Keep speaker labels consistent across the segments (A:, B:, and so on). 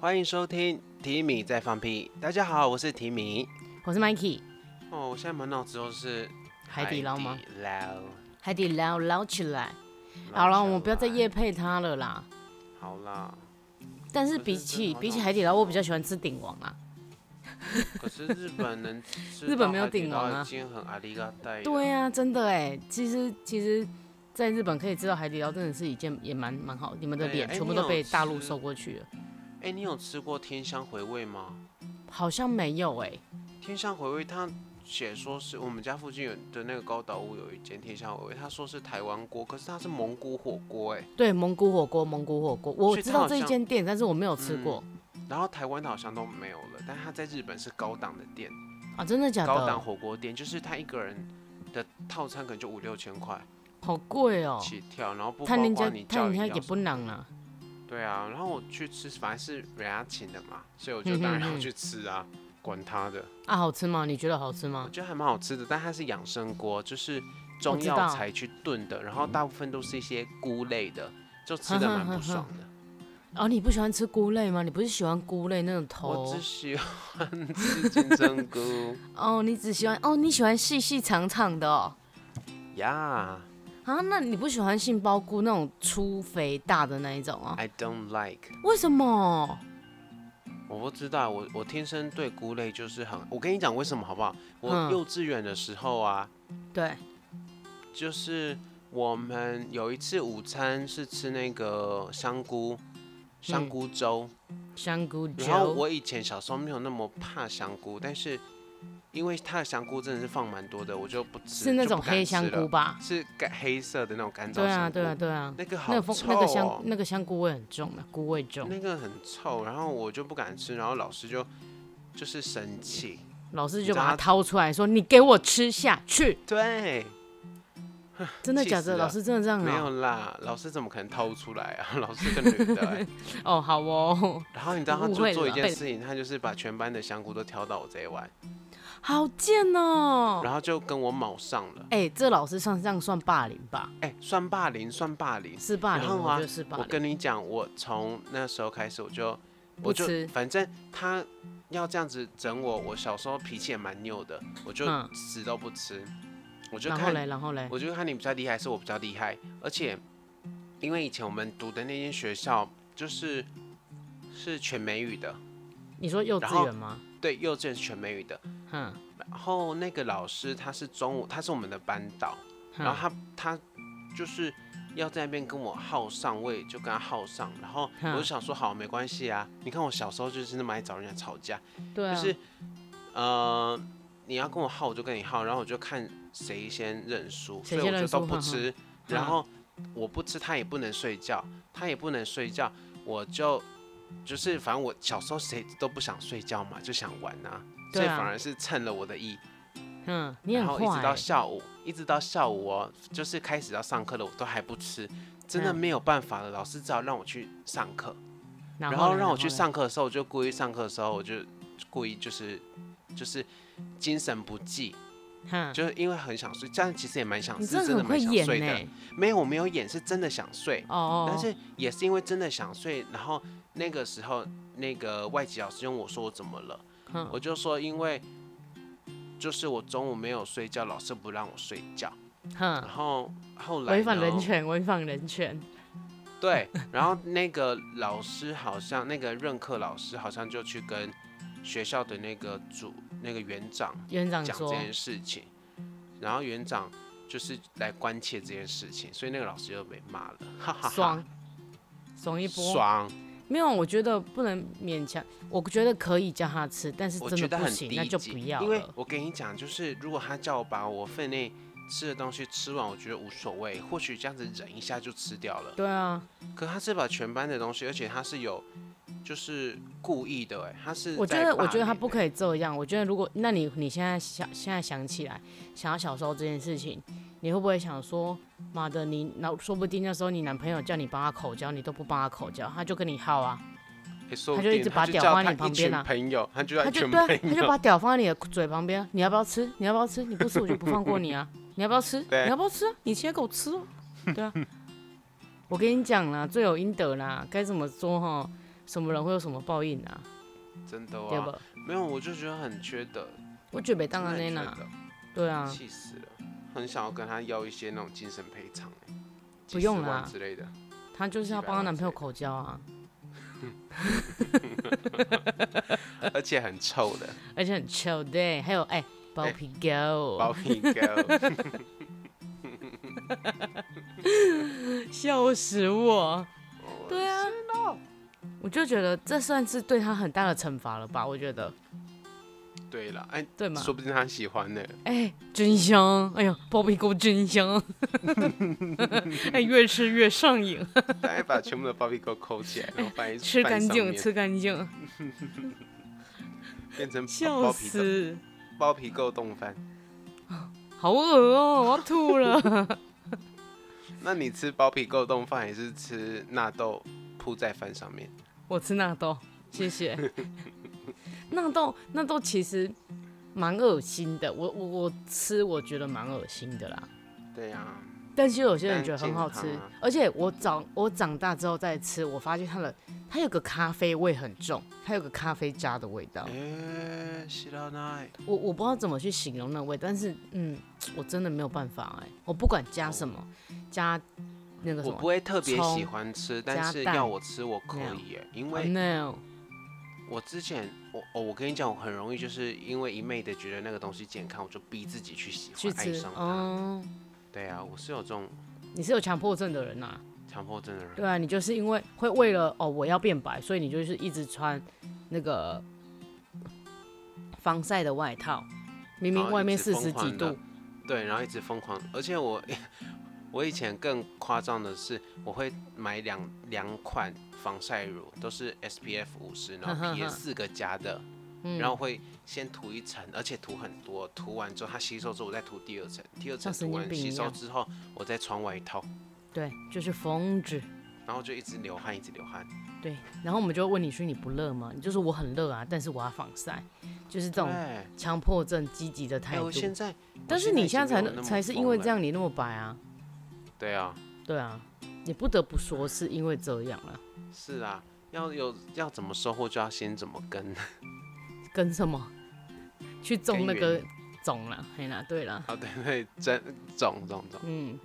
A: 欢迎收听提米在放屁。大家好，我是提米。
B: 我是 Mikey，
A: 哦，我现在满脑子都是
B: 海底捞吗？
A: 海底捞。
B: 海底捞捞起来。好了，我们不要再夜。配它了啦。
A: 好啦，
B: 但是
A: 可是
B: 比
A: 真
B: 起
A: 的好
B: 比起
A: 想
B: 海底捞，
A: 吃
B: 我
A: 哦
B: 比较喜欢吃鼎王啊。
A: 可是日本能吃
B: 日本没有
A: 顶
B: 鼎王啊
A: 已经很阿里嘎带。
B: 对，啊，真的哎，其实其实，在日本可以吃到海底捞，真的是一件也蛮蛮好。你们的
A: 对
B: 脸
A: 哎
B: 全部
A: 你
B: 都
A: 有
B: 被大陆
A: 吃
B: 收过去了，
A: 哎，你有吃过天香回味吗？
B: 好像没有哎。
A: 天香回味，它写说是我们家附近有的那个高岛屋有一间天香回味，他说是台湾锅，可是它是蒙古火锅哎。
B: 对，蒙古火锅，蒙古火锅，我
A: 所以
B: 知
A: 它
B: 道
A: 好
B: 这一
A: 像
B: 间店，但是我没有吃过
A: 然后台湾好像都没有了，但它在日本是高档的店。
B: 啊，真的假
A: 嗯高档
B: 的？
A: 火锅店，就是他一个人的套餐可能就五六千块
B: 好贵哦。
A: 起跳，然后不包
B: 他人
A: 括
B: 家
A: 你
B: 他
A: 叫
B: 人
A: 饮
B: 家
A: 料
B: 也
A: 什
B: 不
A: 么。
B: 能啊。
A: 对啊，然后我去吃，反正是人家请的嘛，所以我就当然
B: 嗯哼
A: 要
B: 哼
A: 去吃啊，管他的。
B: 啊，好吃吗？你觉得好吃
A: 我
B: 吗？
A: 觉得还蛮好吃的，但它是养生锅，就是中
B: 知
A: 药
B: 道嗯
A: 材去炖的，然后大部分都是一些菇类的，就吃的 蛮不爽的。
B: 哦，你不喜欢吃菇类吗？你不是喜欢菇类那种
A: 我
B: 头
A: 只？喜欢吃金针 菇
B: 哦，你只喜欢哦，你喜欢细细长长的哦。
A: 呀、
B: 啊，那你不喜欢杏鲍菇那种粗肥大的那一种哦？
A: i don't like。
B: 为什么？
A: 我不知道，我我天生对菇类就是很，我跟你讲为什么好不好？我
B: 嗯
A: 幼稚园的时候啊，
B: 对，
A: 就是我们有一次午餐是吃那个香菇香
B: 嗯
A: 菇粥，
B: 香菇酒。
A: 然后我以前小时候没有那么怕香菇，但是因为它的香菇真的是放蛮多的，我就不吃，
B: 是那
A: 就
B: 种
A: 不敢
B: 黑香
A: 吃了
B: 菇，吧？
A: 是干黑色的那种干燥
B: 对啊，
A: 香菇，
B: 对啊，对啊。
A: 那个好
B: 那个
A: 臭、哦、
B: 风那个香那个香菇味很重的，菇味重。
A: 那个很臭，然后我就不敢吃，然后老师就就是生气。
B: 老师
A: 你知
B: 就
A: 道
B: 把
A: 他
B: 它掏出来说：“你给我吃下 去
A: 对，！”
B: 真的
A: 气
B: 假
A: 死
B: 的？老
A: 了
B: 师真的这样
A: 没
B: 啊、
A: 有啦，老师怎么可能掏出来啊？ 老师个女的欸、
B: 哦，好哦，
A: 然后你知道他
B: 误
A: 做
B: 会
A: 做一
B: 了
A: 件
B: 被
A: 事情，他就是把全班的香菇都挑到我这一碗，
B: 好贱哦！
A: 然后就跟我卯上了。
B: 哎、这老师算这样算霸凌吧？
A: 哎、算霸凌，算霸凌。
B: 是霸凌，
A: 然后
B: 我
A: 啊
B: 觉得是霸
A: 我
B: 凌。
A: 跟你讲，我从那时候开始，我就我
B: 不
A: 就
B: 吃
A: 反正他要这样子整我，我小时候脾气也蛮拗的，我就
B: 嗯
A: 死都不吃。我就
B: 然后
A: 看
B: 嘞，然后嘞，
A: 我觉得看你比较厉害，是我比较厉害，而且因为以前我们读的那间学校就是是全美语的，
B: 你说幼
A: 然后
B: 稚园吗？
A: 对，幼稚园是全美语的。
B: 哼，
A: 然后那个老师他是中午，他是我们的班导，然后
B: 哼
A: 他他就是要在那边跟我耗上，我也就跟他耗上，然后我就
B: 哼
A: 想说好没关系啊，你看我小时候就是那么爱找人家吵架，
B: 对啊，
A: 就是，呃，你要跟我耗，我就跟你耗，然后我就看谁先认输，所
B: 谁
A: 以
B: 先
A: 我就
B: 认
A: 都不
B: 输哈哈嗯
A: 吃。然后我不吃，他也不能睡觉，他也不能睡觉，我就就是反正我小时候谁都不想睡觉嘛，就想玩啊，所以
B: 对
A: 反
B: 啊
A: 而是趁了我的意，
B: 嗯，你
A: 然
B: 很
A: 后一直
B: 坏、
A: 到
B: 欸，
A: 下午，一直到下午哦，就是开始要上课了，我都还不吃。真的
B: 嗯
A: 没有办法了，老师只好让我去上课，
B: 然
A: 然
B: 后
A: 后
B: 嘞
A: 让我去，
B: 然
A: 上课的时候，我就故意上课的时候，我就故意就是就是精神不济，
B: 后嘞哼，
A: 就是因为很想睡，这样其实也蛮想
B: 你
A: 是
B: 真的
A: 真的
B: 很会
A: 蛮想
B: 演
A: 睡
B: 呢、
A: 的。没有，我没有演，是真的想睡，
B: 哦哦，
A: 但
B: 哦
A: 是也是因为真的想睡，然后那个时候那个外籍老师问我说我怎么了，
B: 哼
A: 我就说因为就是我中午没有睡觉，老师不让我睡觉，然
B: 哼，
A: 后后来
B: 嗯违反人
A: 呢
B: 权，违反人权，
A: 对，然后那个老师好像那个任课老师好像就去跟学校的那个主那个园长
B: 园长
A: 讲这
B: 说，
A: 件事情，然后园长就是来关切这件事情，所以那个老师又被骂了，哈哈哈，
B: 爽，爽一波，
A: 爽，
B: 没有，我觉得不能勉强，我觉得可以叫他吃，但是
A: 我
B: 真
A: 觉
B: 的
A: 得
B: 不
A: 很
B: 行，
A: 低
B: 那就
A: 级
B: 不要
A: 因为
B: 了。
A: 我跟你讲，就是如果他叫我把我分内吃的东西吃完，我觉得无所谓，或许这样子忍一下就吃掉了。
B: 对啊，
A: 可他是把全班的东西，而且他是有就是故意的，哎，他是
B: 我觉
A: 在
B: 得，我
A: 霸
B: 觉得他
A: 凌
B: 不
A: 欸
B: 可以这样。我觉得，如果那你你现在想现在想起来，想要小时候这件事情，你会不会想说，妈的，你那说不定那时候你男朋友叫你帮他口交，你都不帮他口交，他就跟你耗啊，
A: 欸说不
B: 他就一
A: 定
B: 直
A: 他
B: 把
A: 就
B: 屌
A: 叫
B: 放
A: 他
B: 在你旁
A: 一
B: 边
A: 群
B: 啊
A: 朋友，他就叫
B: 他
A: 一
B: 就
A: 群
B: 对啊
A: 朋，
B: 他就
A: 友，
B: 把屌放在你的嘴旁边，你要不要吃？你要不要吃？你不吃我就不放过你啊！你要不要吃？
A: 对
B: 你要不要吃啊？你现在给我吃哦！对啊，我跟你讲啦，罪有应得啦，该怎么说哈？什么人会有什么报应啊，
A: 真的
B: 对
A: 啊，
B: 吧？
A: 没有，我就觉得很缺德，
B: 我觉得当然
A: 真的
B: 那啊
A: 很缺
B: 对
A: 德，
B: 啊，
A: 气死了，很想要跟他要一些那种精神赔偿、欸，
B: 不用
A: 70万
B: 啦
A: 之类的，
B: 她就是要
A: 几百嗯
B: 帮她
A: 万
B: 男
A: 之
B: 朋友
A: 类的
B: 口交啊，
A: 而且很臭的
B: 而且很臭对，还有哎、包
A: 哎
B: 皮狗，
A: 包皮 狗，
B: 笑死我！
A: 我
B: 对啊，我就觉得这算是对他很大的惩罚了吧？我觉得，
A: 对了，哎、
B: 对吗？
A: 说不定他喜欢呢、
B: 哎、真香！哎呀，包皮狗真香！哎，越吃越上瘾，
A: 大概把全部的包皮狗抠起来，然后放在
B: 吃
A: 饭
B: 干
A: 上
B: 净，
A: 面
B: 吃干净，
A: 变成包
B: 笑
A: 包皮狗
B: 死！
A: 包皮狗冻饭。
B: 好恶哦、我要吐了。
A: 那你吃包皮狗冻饭，还是吃纳豆铺在饭上面？
B: 我吃纳豆，谢谢。 纳豆，纳豆其实蛮恶心的，我我我吃，我觉得蛮恶心的啦。
A: 对呀、
B: 但是有些人觉得很好
A: 但健
B: 吃
A: 康啊，
B: 而且我长我长大之后再吃，我发现它的它有个咖啡味很重，它有个咖啡渣的味道
A: 哎、。知らない。
B: 我我不知道怎么去形容那味，但是嗯，我真的没有办法哎、我不管加什么，加那个
A: 哦
B: 什
A: 我
B: 么
A: 不会特别
B: 葱
A: 喜欢吃，但
B: 加
A: 是
B: 蛋
A: 要我吃我可以耶，因为
B: 啊 no，
A: 我之前我哦，我跟你讲，我很容易就是因为一昧的觉得那个东西健康，我就逼自己去喜
B: 去
A: 欢爱
B: 吃
A: 上，它。
B: 嗯，
A: 对啊，我是有这种
B: 你是有强迫症的人呐、啊，
A: 强迫症的人。
B: 对啊，你就是因为会为了哦我要变白，所以你就是一直穿那个防晒的外套，
A: 然
B: 明明
A: 后
B: 外
A: 哦一
B: 面
A: 直
B: 四
A: 疯
B: 十几
A: 狂地
B: 度，
A: 对，然后一直疯狂，而且我我以前更夸张的是，我会买两两款防晒乳，都是 SPF 五十，
B: 嗯
A: 然后 PA 四个加的，然后会先涂一层，而且涂很多，涂完之后它吸收之后，我再涂第二层，第二层
B: 像神
A: 涂
B: 经
A: 完
B: 病
A: 吸
B: 一
A: 收
B: 样
A: 之后，我再穿外套，
B: 对，就是疯子。
A: 然后就一直流汗，一直流汗，
B: 对，然后我们就问你说你不热吗？你就说我很热啊，但是我要防晒，就是这
A: 对，
B: 种
A: 哎、
B: 强迫症积极的态度。
A: 我现在，我
B: 但是你
A: 现
B: 现在
A: 已经没有那
B: 才
A: 么
B: 才是因
A: 疯
B: 为
A: 了
B: 这，样你那么白啊，
A: 对啊，
B: 对啊，你不得不说是因为这样啊，
A: 是啊，要有要怎么收获就要先怎么跟，
B: 跟什么 去种那
A: 根
B: 个
A: 源
B: 种了，嘿啦，对啦，
A: 啊，对对，真种种种，
B: 嗯，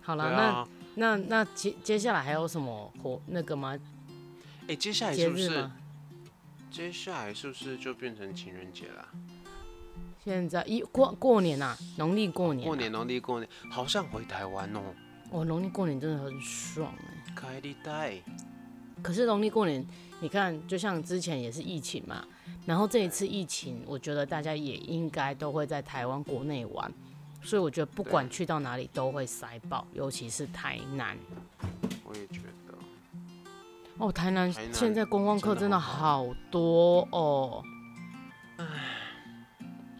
B: 好
A: 对
B: 啦，
A: 啊。
B: 那那那接接下来还有什么活那个吗？
A: 哎、接下来
B: 节
A: 是不
B: 日
A: 是？
B: 吗？
A: 接下来是不是就变成情人节啦？
B: 现在一过过年啊，农历过年、啊，
A: 过年农历过年，好想回台湾哦、
B: 哦，农历过年真的很爽哎、
A: 开历带，
B: 可是农历过年，你看，就像之前也是疫情嘛，然后这一次疫情，我觉得大家也应该都会在台湾国内玩，所以我觉得不管去到哪里都会塞爆，尤其是台南。
A: 我也觉得
B: 哦，台南
A: 台南
B: 现在观光客真
A: 真
B: 的
A: 的好嗯
B: 好多哦。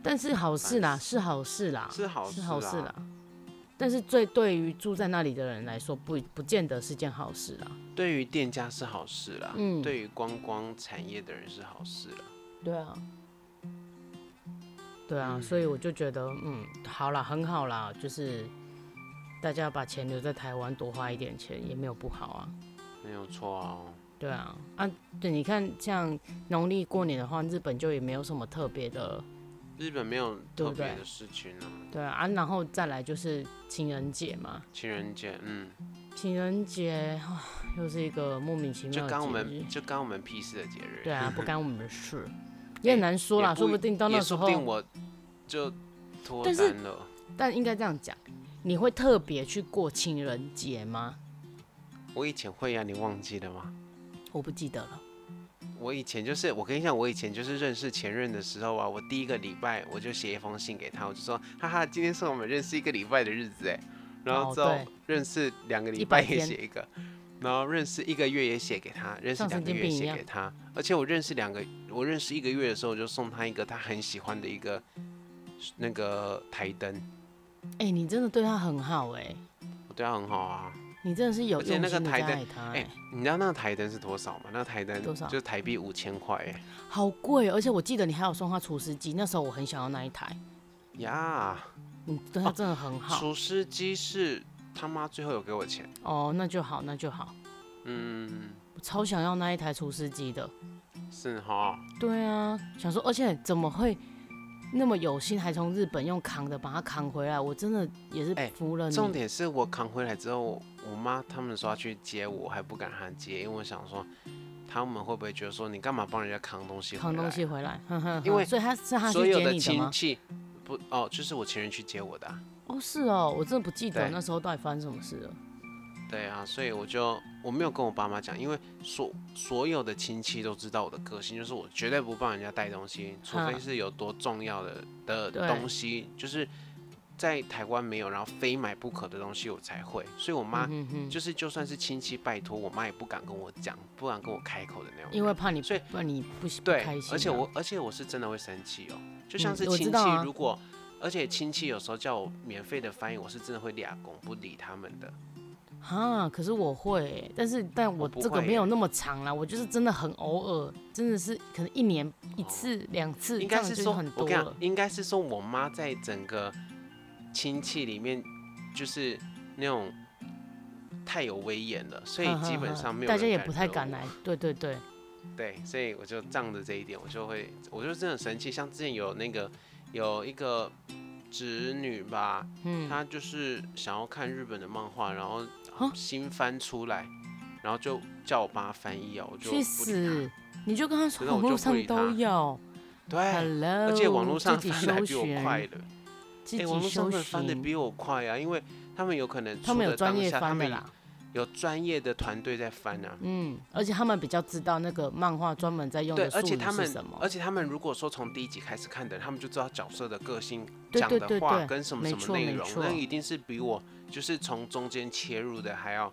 B: 但是好事啦，是好事啦，
A: 是好事
B: 是
A: 啦。
B: 好事啦。但是最对于住在那里的人来说，不不见得是件好事啦。
A: 对于店家是好事啦，
B: 嗯
A: 对于观光产业的人是好事啦。
B: 对啊，对
A: 嗯
B: 啊，所以我就觉得，嗯，好啦，很好啦，就是大家把钱留在台湾，多花一点钱也没有不好啊。
A: 没有错哦、
B: 对啊，啊，对，你看，像农历过年的话，日本就也没有什么特别的，
A: 日本没有
B: 对
A: 特
B: 不对
A: 别的事情啊，
B: 对啊，啊然后再来就是情人节嘛，
A: 情人节，嗯，
B: 情人节啊又是一个莫名其
A: 就
B: 妙的
A: 刚我
B: 节
A: 们
B: 日，
A: 就刚我们屁事的节日，
B: 对啊，不干我们 的事，也很难说
A: 也
B: 啦，
A: 不
B: 说不定到那
A: 哎也
B: 时
A: 说
B: 候
A: 不定我就脱
B: 但是
A: 单了。
B: 但应该这样讲，你会特别去过情人节吗？
A: 我以前会啊呀、你忘记了吗？
B: 我不记得了。
A: 我以前就是，我跟你讲，我以前就是认识前任的时候啊，我第一个礼拜我就写一封信给他，我就说，哈哈，今天是我们认识一个礼拜的日子哎，然后
B: 哦
A: 之后
B: 对
A: 认识两个礼
B: 100
A: 拜也
B: 天
A: 写一个，然后认识一个月也写给他，认识
B: 像
A: 两个
B: 神经
A: 月也
B: 病一
A: 写
B: 样
A: 给他，而且我认识两个，我认识一个月的时候，我就送他一个他很喜欢的一个那个台灯，
B: 哎、你真的对他很好哎、
A: 我对他很好啊。
B: 你真的是有
A: 而
B: 用
A: 且那
B: 心
A: 个
B: 的在
A: 台灯
B: 爱他哎、
A: 哎、你知道那个台灯是多少吗？那个台灯
B: 多少
A: 就台币五千块哎
B: 好贵，哦而且我记得你还有送他厨师机，那时候我很想要那一台，
A: 呀，
B: 你对
A: 哦
B: 他真的很好
A: 厨师机是他妈最后有给我钱。
B: 哦那就好，那就好，
A: 嗯，
B: 我超想要那一台除湿机的。
A: 是哈，
B: 对啊，想说，而且怎么会那么有心，还从日本用扛的把它扛回来？我真的也是
A: 哎
B: 服了你。
A: 重点是我扛回来之后，我我妈他们说要去接我，我还不敢喊接，因为我想说他们会不会觉得说你干嘛帮人家扛东西回来？
B: 扛东西回来，哼哼哼
A: 因为
B: 所以他是他去
A: 所有
B: 接你的
A: 亲
B: 吗？
A: 戚不哦，就是我前任去接我的啊、
B: 哦，是哦，我真的不记得
A: 对
B: 那时候到底发生什么事了。
A: 对啊，所以我就我没有跟我爸妈讲，因为所所有的亲戚都知道我的个性，就是我绝对不帮人家带东西，除
B: 哈
A: 非是有多重要的的
B: 嗯对
A: 东西，就是在台湾没有，然后非买不可的东西我才会。所以我妈
B: 嗯哼哼，
A: 就是就算是亲戚拜托，我妈也不敢跟我讲，不敢跟我开口的那种人。
B: 因为怕你，
A: 所以
B: 怕你不喜不
A: 对
B: 开心啊、，
A: 而且我而且我是真的会生气哦，就像
B: 嗯
A: 是
B: 我知
A: 亲戚
B: 道啊
A: 如果，而且亲戚有时候叫我免费的翻译，我是真的会俩拱不理他们的。
B: 哈，可是我会欸、但是但我
A: 我不
B: 这
A: 会
B: 个没有
A: 耶
B: 那么长啦，我就是真的很偶尔，真的是可能一年一
A: 哦
B: 次、两次，
A: 应
B: 这
A: 该
B: 样
A: 是
B: 就
A: 说，
B: 很
A: 我
B: 多
A: 跟你
B: 了
A: 讲，。应该是说我妈在整个亲戚里面就是那种太有威严了，所以
B: 哼
A: 基
B: 哼
A: 本
B: 哼
A: 上没有
B: 嗯大
A: 人
B: 家也不太
A: 惹
B: 敢
A: 我
B: 来。对对对，
A: 对，所以我就仗着这一点，我就会，我就真的很生气。像之前有那个有一个侄女吧，
B: 嗯，
A: 她就是想要看日本的漫画，然后
B: 啊
A: 新翻出来，然后就叫我帮她翻译啊，我就不
B: 去
A: 理
B: 死！你就跟他说
A: 真的我
B: 网络
A: 就不
B: 上
A: 理
B: 都
A: 他
B: 有
A: 她。对，
B: ，Hello，
A: 而且网络上
B: 自己
A: 翻的还
B: 搜
A: 比我快
B: 寻，
A: 了。
B: 自
A: 哎、网
B: 己
A: 络上
B: 搜
A: 的翻的
B: 寻，
A: 比我快啊，因为他们有可能
B: 他
A: 出
B: 们有
A: 的
B: 专
A: 当
B: 业
A: 下他
B: 翻的
A: 们
B: 啦，
A: 有专业的团队在翻啊。
B: 嗯，而且他们比较知道那个漫画专门在用
A: 对
B: 的，术
A: 而且
B: 语
A: 他
B: 是
A: 们
B: 什，么
A: 而，且他们如果说从第一集开始看的人，他们就知道角色的个性、
B: 对
A: 讲
B: 对
A: 的
B: 对
A: 话
B: 对
A: 跟什么
B: 没
A: 什么
B: 错
A: 内
B: 没
A: 容，
B: 错嗯
A: 那一定是比我就是从中间切入的还要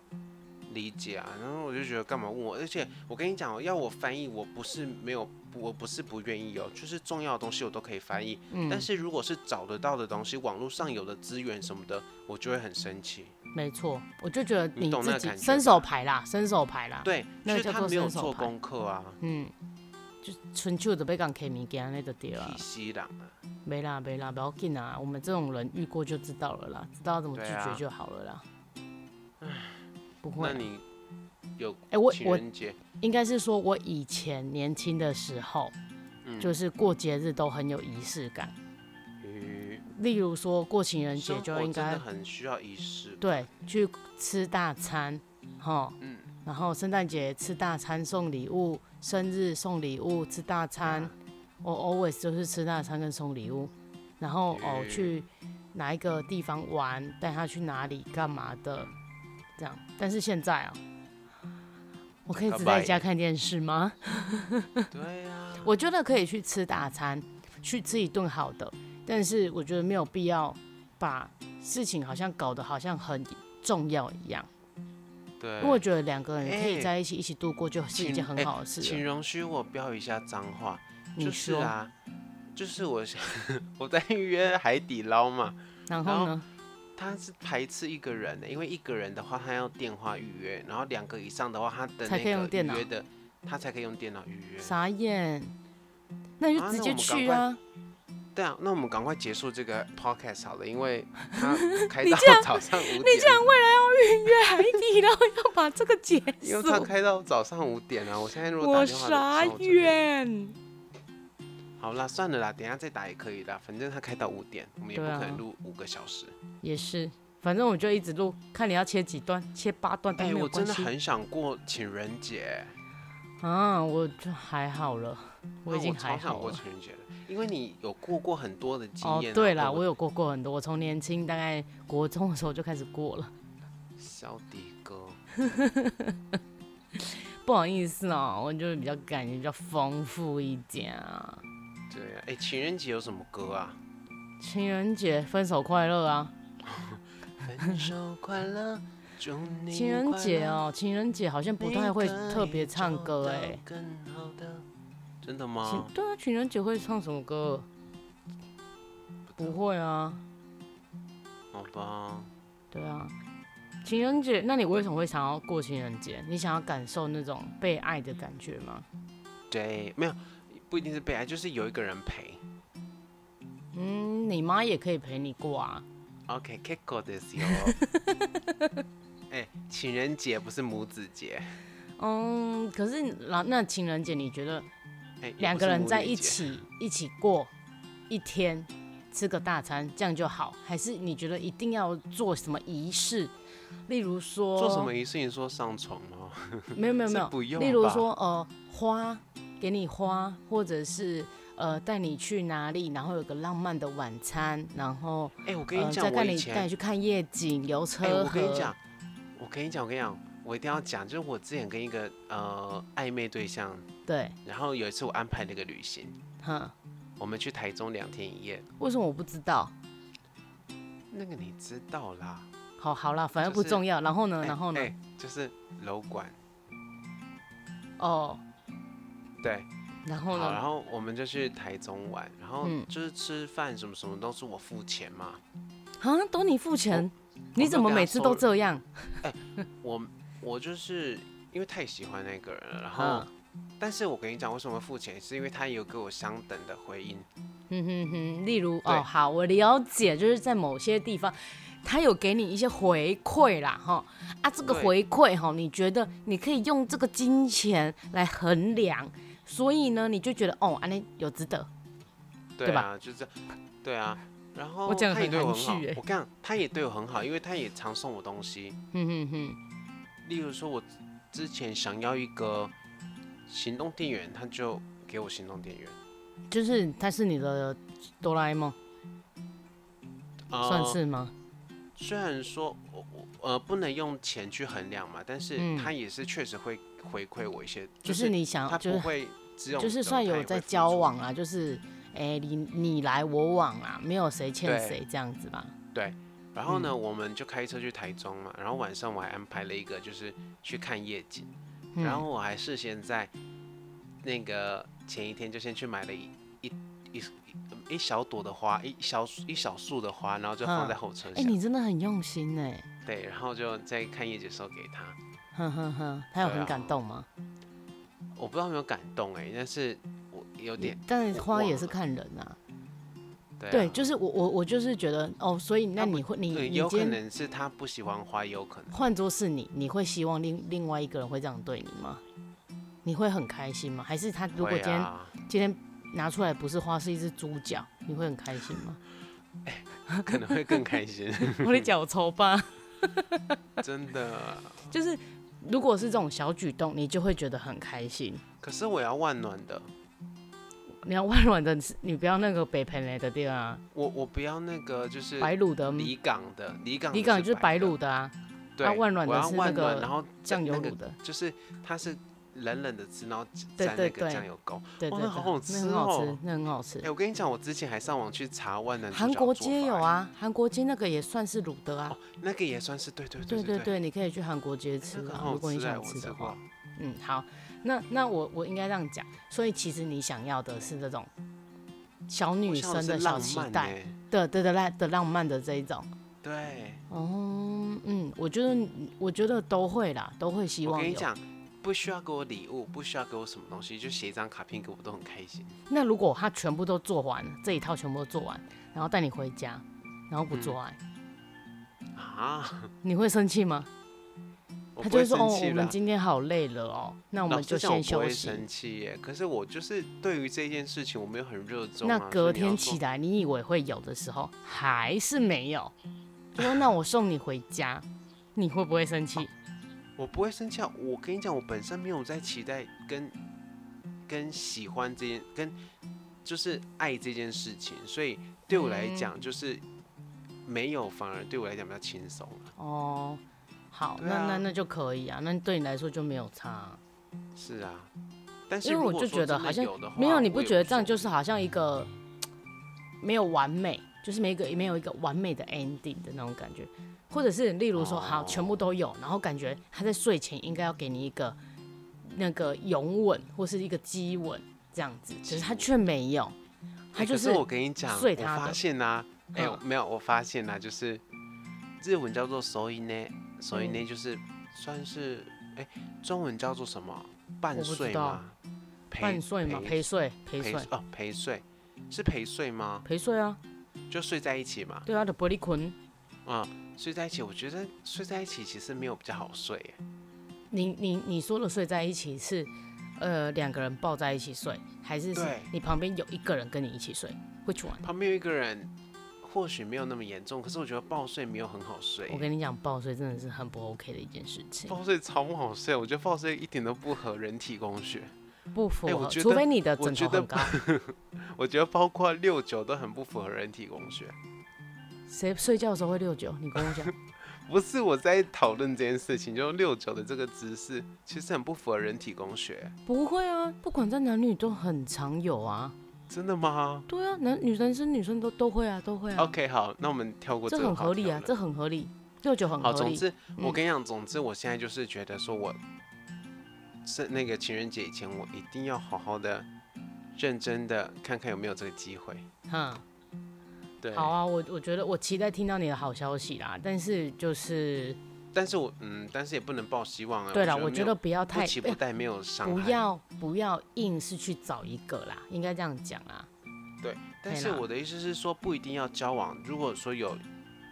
A: 理解啊。然后我就觉得干嘛问我？而且我跟你讲、哦，要我翻译，我不是没有，我不是不愿意哦，就是重要的东西我都可以翻译。但
B: 嗯，
A: 是如果是找得到的东西，网络上有的资源什么的，我就会很生气。
B: 没错，我就觉得
A: 你懂那
B: 自
A: 个
B: 己
A: 感觉
B: 伸
A: 吧
B: 手牌啦，伸手牌啦，
A: 对，
B: 那
A: 就是
B: 个叫
A: 他
B: 做
A: 没有
B: 伸手
A: 做
B: 牌
A: 功课啊，
B: 嗯，就纯手就被讲开物件那就对了
A: 体，西朗啊，
B: 没啦没啦，不要紧啦，我们这种人遇过就知道了啦，知道怎么拒
A: 对啊
B: 绝就好了啦。不会
A: 那
B: 啦，
A: 你有
B: 哎、我
A: 情
B: 我
A: 人节
B: 应该是说，我以前年轻的时候，
A: 嗯
B: 就是过节日都很有仪式感。
A: 与
B: 例如说过情人节
A: 生
B: 就
A: 活
B: 应
A: 真
B: 该
A: 的很需要仪式，
B: 对去吃大餐，哈，
A: 嗯，
B: 然后圣诞节吃大餐送礼物，生日送礼物吃大餐，
A: 嗯
B: 我 always 就是吃大餐跟送礼物，然后哦
A: 嗯
B: 去哪一个地方玩，带他去哪里干嘛的，这样。但是现在啊，我可以只在家看电视吗？
A: 对啊，
B: 我觉得可以去吃大餐，去吃一顿好的，但是我觉得没有必要把事情好像搞得好像很重要一样，
A: 对，
B: 因为我觉得两个人可以
A: 哎
B: 在一起、一起度过，就是一件
A: 请
B: 很
A: 哎
B: 好的事
A: 请
B: 了。
A: 容许我飙一下脏话，
B: 你
A: 就是
B: 说，
A: 啊，就是我 我在预约海底捞嘛，然
B: 然后
A: 后
B: 呢？
A: 他是排斥一个人的，因为一个人的话他要电话预约，然后两个以上的话他的
B: 才
A: 那
B: 可以用
A: 个
B: 电
A: 预
B: 脑
A: 约的他才可以用电脑预约，
B: 傻眼，那你就
A: 啊
B: 直
A: 那
B: 接
A: 我们赶
B: 去
A: 快
B: 啊！
A: 对啊，那我们赶快结束这个 podcast 好了，因为 它开到早上五点，你这样为
B: 海底捞要把这个结
A: 因为它
B: 束，
A: 开到早上五点啊，我现在如果打
B: 我
A: 电话的
B: 傻
A: 时候我就可以。
B: 眼。
A: 好啦，算了啦，等一下再打也可以啦，反正它开到五点，我们也不
B: 对啊
A: 可能录五个小时。
B: 也是，反正我就一直录，看你要切几段，切八段都
A: 哎、
B: 没有
A: 我真
B: 关
A: 的
B: 系。
A: 很想过情人节，
B: 啊，我就还好了，我已经
A: 那
B: 还
A: 超想
B: 好
A: 过
B: 了。
A: 情人节了，因为你有过过很多的经
B: 哦
A: 验啊、，
B: 对啦，
A: 我
B: 我有过过很多，我从年轻大概国中的时候就开始过了，
A: 小迪哥，
B: 不好意思哦、我就是比较感觉比较丰富一点啊。
A: 对啊，哎、情人节有什么歌 啊？
B: 情人节分手快乐啊！
A: 分手快乐，祝你
B: 情人节
A: 快乐
B: 哦、情人节好像不太会特别唱歌哎、欸。
A: 真的
B: 情
A: 吗？
B: 对啊，情人节会唱什么歌？不会啊，
A: 好吧，
B: 对啊。情人节，那你为什么会想要过情人节？你想要感受那种被爱的感觉吗？
A: 对，没有，不一定是被爱，就是有一个人陪。
B: 嗯，你妈也可以陪你过啊。
A: OK, k i k o this yo。哎，情人节不是母子节，
B: 嗯，可是那那情人节你觉得
A: 哎、也
B: 两
A: 不
B: 个
A: 是
B: 人
A: 母
B: 在
A: 女
B: 一
A: 节，
B: 起一起过一天，吃个大餐这样就好，还是你觉得一定要做什么仪式？例如说
A: 做什么仪式？你说上床吗？
B: 没哦有没有没
A: 这
B: 有，
A: 不用
B: 例如
A: 吧
B: 说呃花，给你花，或者是呃带你去哪里，然后有个浪漫的晚餐，然后
A: 哎、我跟
B: 呃
A: 你讲，
B: 再带
A: 我以
B: 你带
A: 前
B: 你去看夜景、游车
A: 哎、
B: 河。
A: 我跟你讲，我跟你讲，我跟你讲，我一定要讲，就是我之前跟一个呃暧昧对象，
B: 对，
A: 然后有一次我安排了一个旅行，
B: 哼，
A: 我们去台中两天一夜，
B: 为什么我不知道？
A: 那个你知道啦。
B: 好好啦，反正
A: 就
B: 不
A: 是
B: 重要。然后呢，
A: 哎
B: 嗯然后呢？
A: 哎就是楼管，
B: 哦，
A: 对，
B: 然后
A: 好，然
B: 呢？
A: 后我们就去台中玩，然后
B: 嗯
A: 就是吃饭什么什么都是我付钱嘛，
B: 啊，都你付钱，
A: 没
B: 你
A: 有
B: 怎么
A: 给他
B: 每次
A: 收
B: 都
A: 入
B: 这样？
A: 我我就是因为太喜欢那个人了，然
B: 嗯
A: 后，但是我跟你讲，为什么付钱，是因为他有给我相等的回应，
B: 嗯哼哼，例如
A: 对
B: 哦，好，我了解，就是在某些地方，他有给你一些回馈啦，哈啊，这个
A: 对
B: 回馈哈，你觉得你可以用这个金钱来衡量，所以呢，你就觉得哦，安尼有值得，
A: 对
B: 对吧
A: 啊，就是，对啊，然后
B: 讲得
A: 他也
B: 很
A: 对我
B: 含
A: 很好
B: 蓄欸，
A: 我跟你讲，他也对我很好，因为他也常送我东西，
B: 嗯哼哼，
A: 例如说我之前想要一个行动电源，他就给我行动电源，
B: 就是他是你的哆啦 A 梦，
A: 呃
B: 算是吗？
A: 虽然说我我呃不能用钱去衡量嘛，但是
B: 嗯
A: 他也是确实会回馈我一些，
B: 就是你想
A: 他
B: 就
A: 不
B: 是
A: 会只有
B: 就是
A: 责
B: 算
A: 他
B: 有
A: 也
B: 在
A: 会付
B: 交
A: 出嗯
B: 往啊，就是哎、你你来我往啊，没有谁欠
A: 对
B: 谁这样子吧？
A: 然后呢，
B: 嗯
A: 我们就开车去台中嘛，然后晚上我还安排了一个就是去看夜景，
B: 嗯
A: 然后我还事先在那个前一天就先去买了一一一一一小朵的花，一小一小束的花，然后就放在
B: 嗯
A: 后车
B: 哎、
A: 厢，
B: 你真的很用心哎、
A: 对，然后就在看夜景的时候给他，
B: 哼哼哼，他有
A: 对
B: 很
A: 啊
B: 感动吗？
A: 我不知道有没有感动哎、但是我有点
B: 但
A: 我
B: 花也
A: 忘
B: 是
A: 了
B: 看人啊。
A: 对、啊、
B: 对，就是我我我就是觉得哦，所以那
A: 他不
B: 你会你
A: 对，
B: 你
A: 有
B: 今
A: 可
B: 天
A: 能是他不喜欢花，也有可能。
B: 换作是你，你会希望另另外一个人会这样对你吗？你会很开心吗？还是他 如果
A: 会
B: 今天、
A: 啊、
B: 今天拿出来不是花是一只猪脚，你会很开心 吗？
A: 可能会更开心，
B: 我的脚抽吧，
A: 真的。
B: 就是如果是这种小举动，你就会觉得很开心。
A: 可是我要万暖的，
B: 你要温暖的，你不要那个北盆雷的地方、啊，
A: 我我不要那个就是
B: 白卤的，
A: 离港的，离港的
B: 离港就是是白
A: 的
B: 卤的啊，
A: 对，
B: 啊万软的
A: 我要
B: 是那
A: 万软
B: 个
A: 然后
B: 酱油
A: 那个
B: 卤的，
A: 就是它是冷冷的吃，然后
B: 对
A: 蘸
B: 对
A: 那个
B: 对
A: 酱油膏。
B: 对
A: 哇
B: 对
A: 哦
B: 对，
A: 那好好
B: 那
A: 吃
B: 很好吃
A: 哦，
B: 那很好吃
A: 哎、。我跟你讲，我之前还上网去查万能猪
B: 韩
A: 脚
B: 国
A: 的做
B: 街
A: 法
B: 有
A: 欸，
B: 啊，韩国街那个也算是卤的啊
A: 哦。那个也算是对对
B: 对
A: 对
B: 对对，你可以去韩国街吃
A: 那个
B: 啊，
A: 很好
B: 如果你
A: 吃哎，
B: 想
A: 我
B: 吃
A: 吃
B: 的
A: 过
B: 话。。嗯，好，那那我我应该这样讲，所以其实你想要的是这种小
A: 我
B: 女
A: 想
B: 生
A: 是
B: 的小
A: 浪
B: 期
A: 漫
B: 待
A: 欸，
B: 的的的浪的浪漫的这一种。
A: 对。
B: 哦，嗯，我觉得我觉得都会啦，都会希
A: 我
B: 望
A: 跟你
B: 有。嗯
A: 讲，不需要给我礼物，不需要给我什么东西，就写一张卡片给我，我都很开心。
B: 那如果他全部都做完，这一套全部都做完，然后带你回家，然后不做爱，
A: 嗯啊，
B: 你会生气吗？
A: 我
B: 他
A: 不
B: 就
A: 会
B: 会说：“哦
A: 生，气
B: 我们
A: 啦。
B: 今天好累了哦，那我
A: 老
B: 们
A: 实
B: 就
A: 讲我
B: 先
A: 不
B: 休
A: 会
B: 息。
A: 生气耶，可是我就是对于这件事情我没有很热衷、啊。
B: 那隔
A: 所以你要说
B: 天起来，你以为会有的时候，还是没有。就说那我送你回家，你会不会生气？
A: 我不会生气啊。我跟你讲，我本身没有在期待跟跟喜欢这件跟就是爱这件事情，所以对我来
B: 嗯
A: 讲就是没有，反而对我来讲比较轻松啊。
B: 哦，好，
A: 对
B: 那
A: 啊
B: 那那就可以啊，那对你来说就没有差啊、
A: 是啊，但是
B: 因为
A: 如
B: 我
A: 果
B: 就
A: 说
B: 觉得
A: 真的
B: 好像
A: 有的话，
B: 没有，你
A: 我
B: 不
A: 也
B: 觉得这
A: 所
B: 样
A: 谓
B: 就是好像一个没有完美，就是没一个没有一个完美的 ending 的那种感觉，或者是例如说，好，全部都有，然后感觉他在睡前应该要给你一个那个拥吻或是一个激吻这样子，可是他却没有，他
A: 欸
B: 就
A: 可是我跟你讲，
B: 睡
A: 我
B: 他
A: 发
B: 的
A: 现啊，哎、
B: 嗯
A: 没有，我发现啊，就是日文叫做手以呢，手以
B: 嗯
A: 呢就是算是哎、中文叫做什么
B: 我
A: 半
B: 不知
A: 睡
B: 道
A: 吗？陪
B: 半睡嘛，陪睡陪
A: 陪
B: 睡
A: 哦陪睡是陪睡吗？
B: 陪睡啊，
A: 就睡在一起嘛，
B: 对啊的玻璃捆，
A: 嗯，睡在一起，我觉得睡在一起其实没有比较好睡耶，
B: 你你你说的睡在一起是，呃，两个人抱在一起睡，还是是
A: 对
B: 你旁边有一个人跟你一起睡？Which one？
A: 旁边有一个人，或许没有那么严重，可是我觉得抱睡没有很好睡
B: 我。跟你讲，抱睡真的是很不 OK 的一件事情，
A: 抱睡超不好睡，我觉得抱睡一点都不合人体工学，
B: 不符
A: 哎
B: 合，
A: 我觉得
B: 除非你的
A: 我
B: 枕
A: 觉
B: 头
A: 得
B: 很高。
A: 我觉得包括六九都很不符合人体工学。
B: 谁睡觉的时候会六九？你跟 我讲，
A: 不是我在讨论这件事情，就六九的这个姿势其实很不符合人体工学，
B: 不会啊，不管在男女都很常有啊。
A: 真的吗
B: 对啊，男女男生女生都都会啊，都会啊。
A: ？OK，好，哦那我们跳过
B: 这
A: 个
B: 很
A: 话
B: 合理
A: 题
B: 啊
A: 好，了
B: 这很合理，六九很
A: 好，
B: 合
A: 总
B: 理。
A: 之我
B: 嗯
A: 跟你讲，总之我现在就是觉得说我，是那个情人节以前，我一定要好好的、认真的看看有没有这个机会。
B: 哼，
A: 对，
B: 好啊，我我觉得我期待听到你的好消息啦，但是就是
A: 但是我嗯，但是也不能抱希望啊。
B: 对了，我
A: 觉
B: 觉
A: 没
B: 得
A: 有
B: 不要太哎
A: 不期不待没有伤
B: 不
A: 害。
B: 要不要硬是去找一个啦，应该这样讲啊啦。
A: 但
B: 对
A: 是
B: 啦
A: 我的意思是说，不一定要交往。如果说有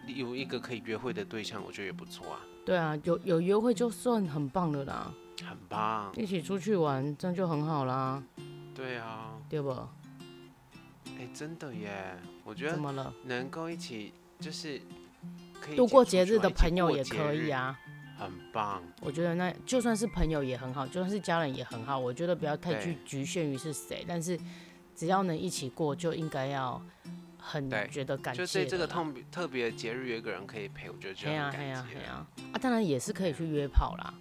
A: 有一个可以约会的对象，我觉得也不错啊，
B: 对啊，有有约会就算很棒了啦，
A: 很棒。
B: 一起出去玩这样就很好啦，
A: 对啊，
B: 对不？
A: 哎，真的耶，我觉
B: 怎
A: 得
B: 么了？
A: 能够一起就是可以
B: 度
A: 一起
B: 过
A: 出
B: 节
A: 去
B: 日
A: 玩
B: 的
A: 一起
B: 朋友
A: 过
B: 也
A: 节
B: 可
A: 日
B: 以啊，
A: 很棒，
B: 我觉得那就算是朋友也很好，就算是家人也很好。我觉得不要太
A: 对
B: 局局限于是谁，但是只要能一起过，就应该要很
A: 对
B: 觉得感谢
A: 就
B: 的啦。
A: 对这个特别特别的节日，有一个人可以陪，我觉得就
B: 嘿
A: 很
B: 呀
A: 感
B: 嘿呀
A: 激
B: 嘿
A: 了。
B: 呀！啊，当然也是可以去约炮啦。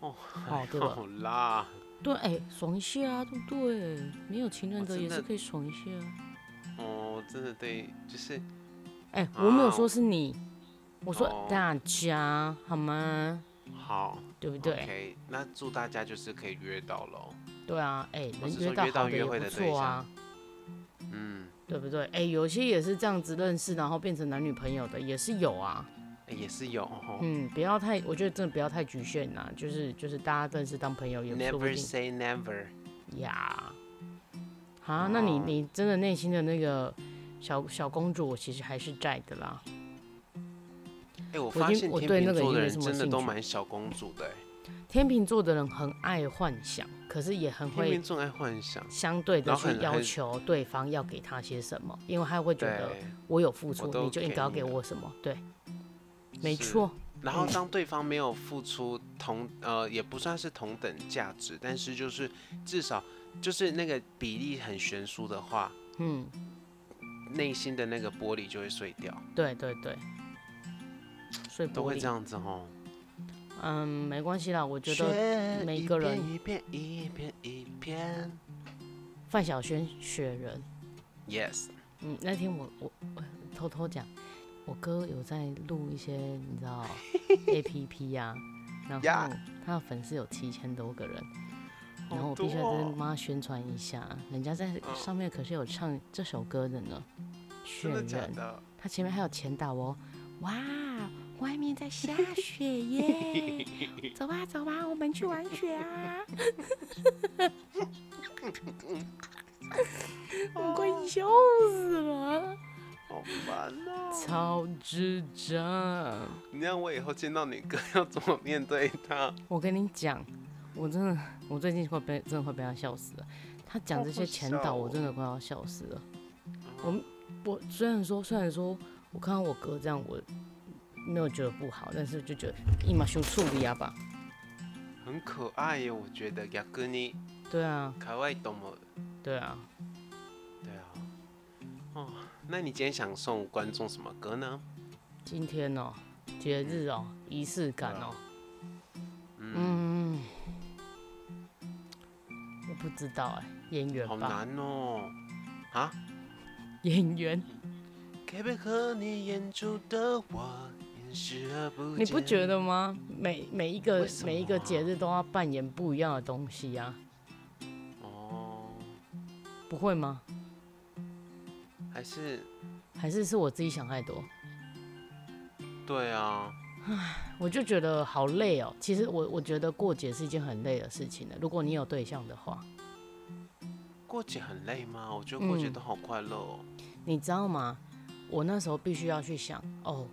A: 哦
B: 哦，对吧？
A: 好啦，
B: 对，哎、爽一下啊，对不对？没有情人
A: 我
B: 的
A: 哦真
B: 也是
A: 的
B: 可以爽一下啊。
A: 哦，真的对，就是
B: 哎、我没有
A: 啊
B: 说是你，我说
A: 哦
B: 大家好吗？
A: 好，
B: 对不对
A: o k 那祝大家就是可以约到喽。
B: 对啊，哎、
A: 我
B: 能
A: 是说
B: 到
A: 约到
B: 好的
A: 约
B: 也
A: 会
B: 不
A: 的对
B: 错啊，
A: 嗯，
B: 对不对？哎、有些也是这样子认识，然后变成男女朋友的也是有啊。
A: 哎也是有哦
B: 嗯，不要太，我觉得真的不要太局限啦、就是就是大家认识当朋友也说不
A: ，Never
B: 定
A: say never。
B: 呀。啊，那你
A: 哦
B: 你真的内心的那个小小公主，我其实还是在的啦。
A: 哎，我
B: 已
A: 发
B: 经
A: 现
B: 我
A: 天
B: 对那
A: 秤座的
B: 个已经没
A: 人
B: 什么
A: 真的
B: 兴
A: 都
B: 趣
A: 蛮小公主的哎，
B: 天秤座的人很爱幻想，可是也很
A: 天
B: 会
A: 秤座爱幻想，
B: 相对的
A: 然后
B: 去
A: 很
B: 要
A: 很
B: 求对方要给他些什么，因为他会觉得
A: 对，
B: 我有付出
A: 我，都
B: 你就应该要给
A: 给你了
B: 我什么。对，没
A: 是
B: 错，
A: 然后当对方没有付出同呃也不算是同等价值，但是就是至少就是那个比例很悬殊的话，
B: 嗯，
A: 内心的那个玻璃就会碎掉，
B: 对对对。所以
A: 都
B: 不
A: 会这样子哦。
B: 嗯，没关系啦，我觉得
A: 得
B: 每个人
A: 一片一片一片
B: 范晓萱雪人，
A: 一片，yes，
B: 嗯，那天我我我偷偷讲，我哥有在录一些你知 道 A P P 呀、然
A: 呀
B: 后他的粉丝有七千多个人，然后
A: 好
B: 我
A: 多
B: 必须要跟
A: 哦，
B: 妈宣传一下，人家在
A: 嗯
B: 上面可是有唱这首歌的呢，雪
A: 真的假
B: 人，
A: 的？
B: 他前面还有前导哦，哇，外面在下 雪耶，走吧走吧，我们去玩雪啊，我快
A: 哦
B: 笑死了。
A: 好烦哦！
B: 超智障！
A: 你让我以后见到你哥 要怎么面对他？
B: 我跟你讲，我真的，我最近会被真的会被他笑死了。他讲这些前
A: 好好笑
B: 导，
A: 哦
B: 我真的快要笑死了。我我虽然说虽然说我看到我哥这样，我没有觉得不好，但是就觉得哎一马熊处理啊吧。
A: 很可爱耶，我觉得雅哥你
B: 对啊，
A: 可爱懂吗？
B: 对啊，
A: 对啊，哦，那你今天想送观众什么歌呢？
B: 今天哦、节日哦、仪式感哦、
A: 嗯，
B: 嗯，我不知道哎、演员
A: 好
B: 吧，
A: 难哦。啊，
B: 演员，
A: 该配合你演出的我，也视而不见。
B: 你不觉？得吗？每每一个
A: 为什么啊
B: 每一个节日都要扮演不一样的东西啊，
A: 哦，
B: 不会吗？
A: 还是
B: 还是是我自己想太多？
A: 对啊，
B: 我就觉得好累哦。其实我我觉得过节是一件很累的事情的，如果你有对象的话，
A: 过节很累吗？我觉得过节都好快乐哦。
B: 你知道吗？我那时候必须要去想，哦，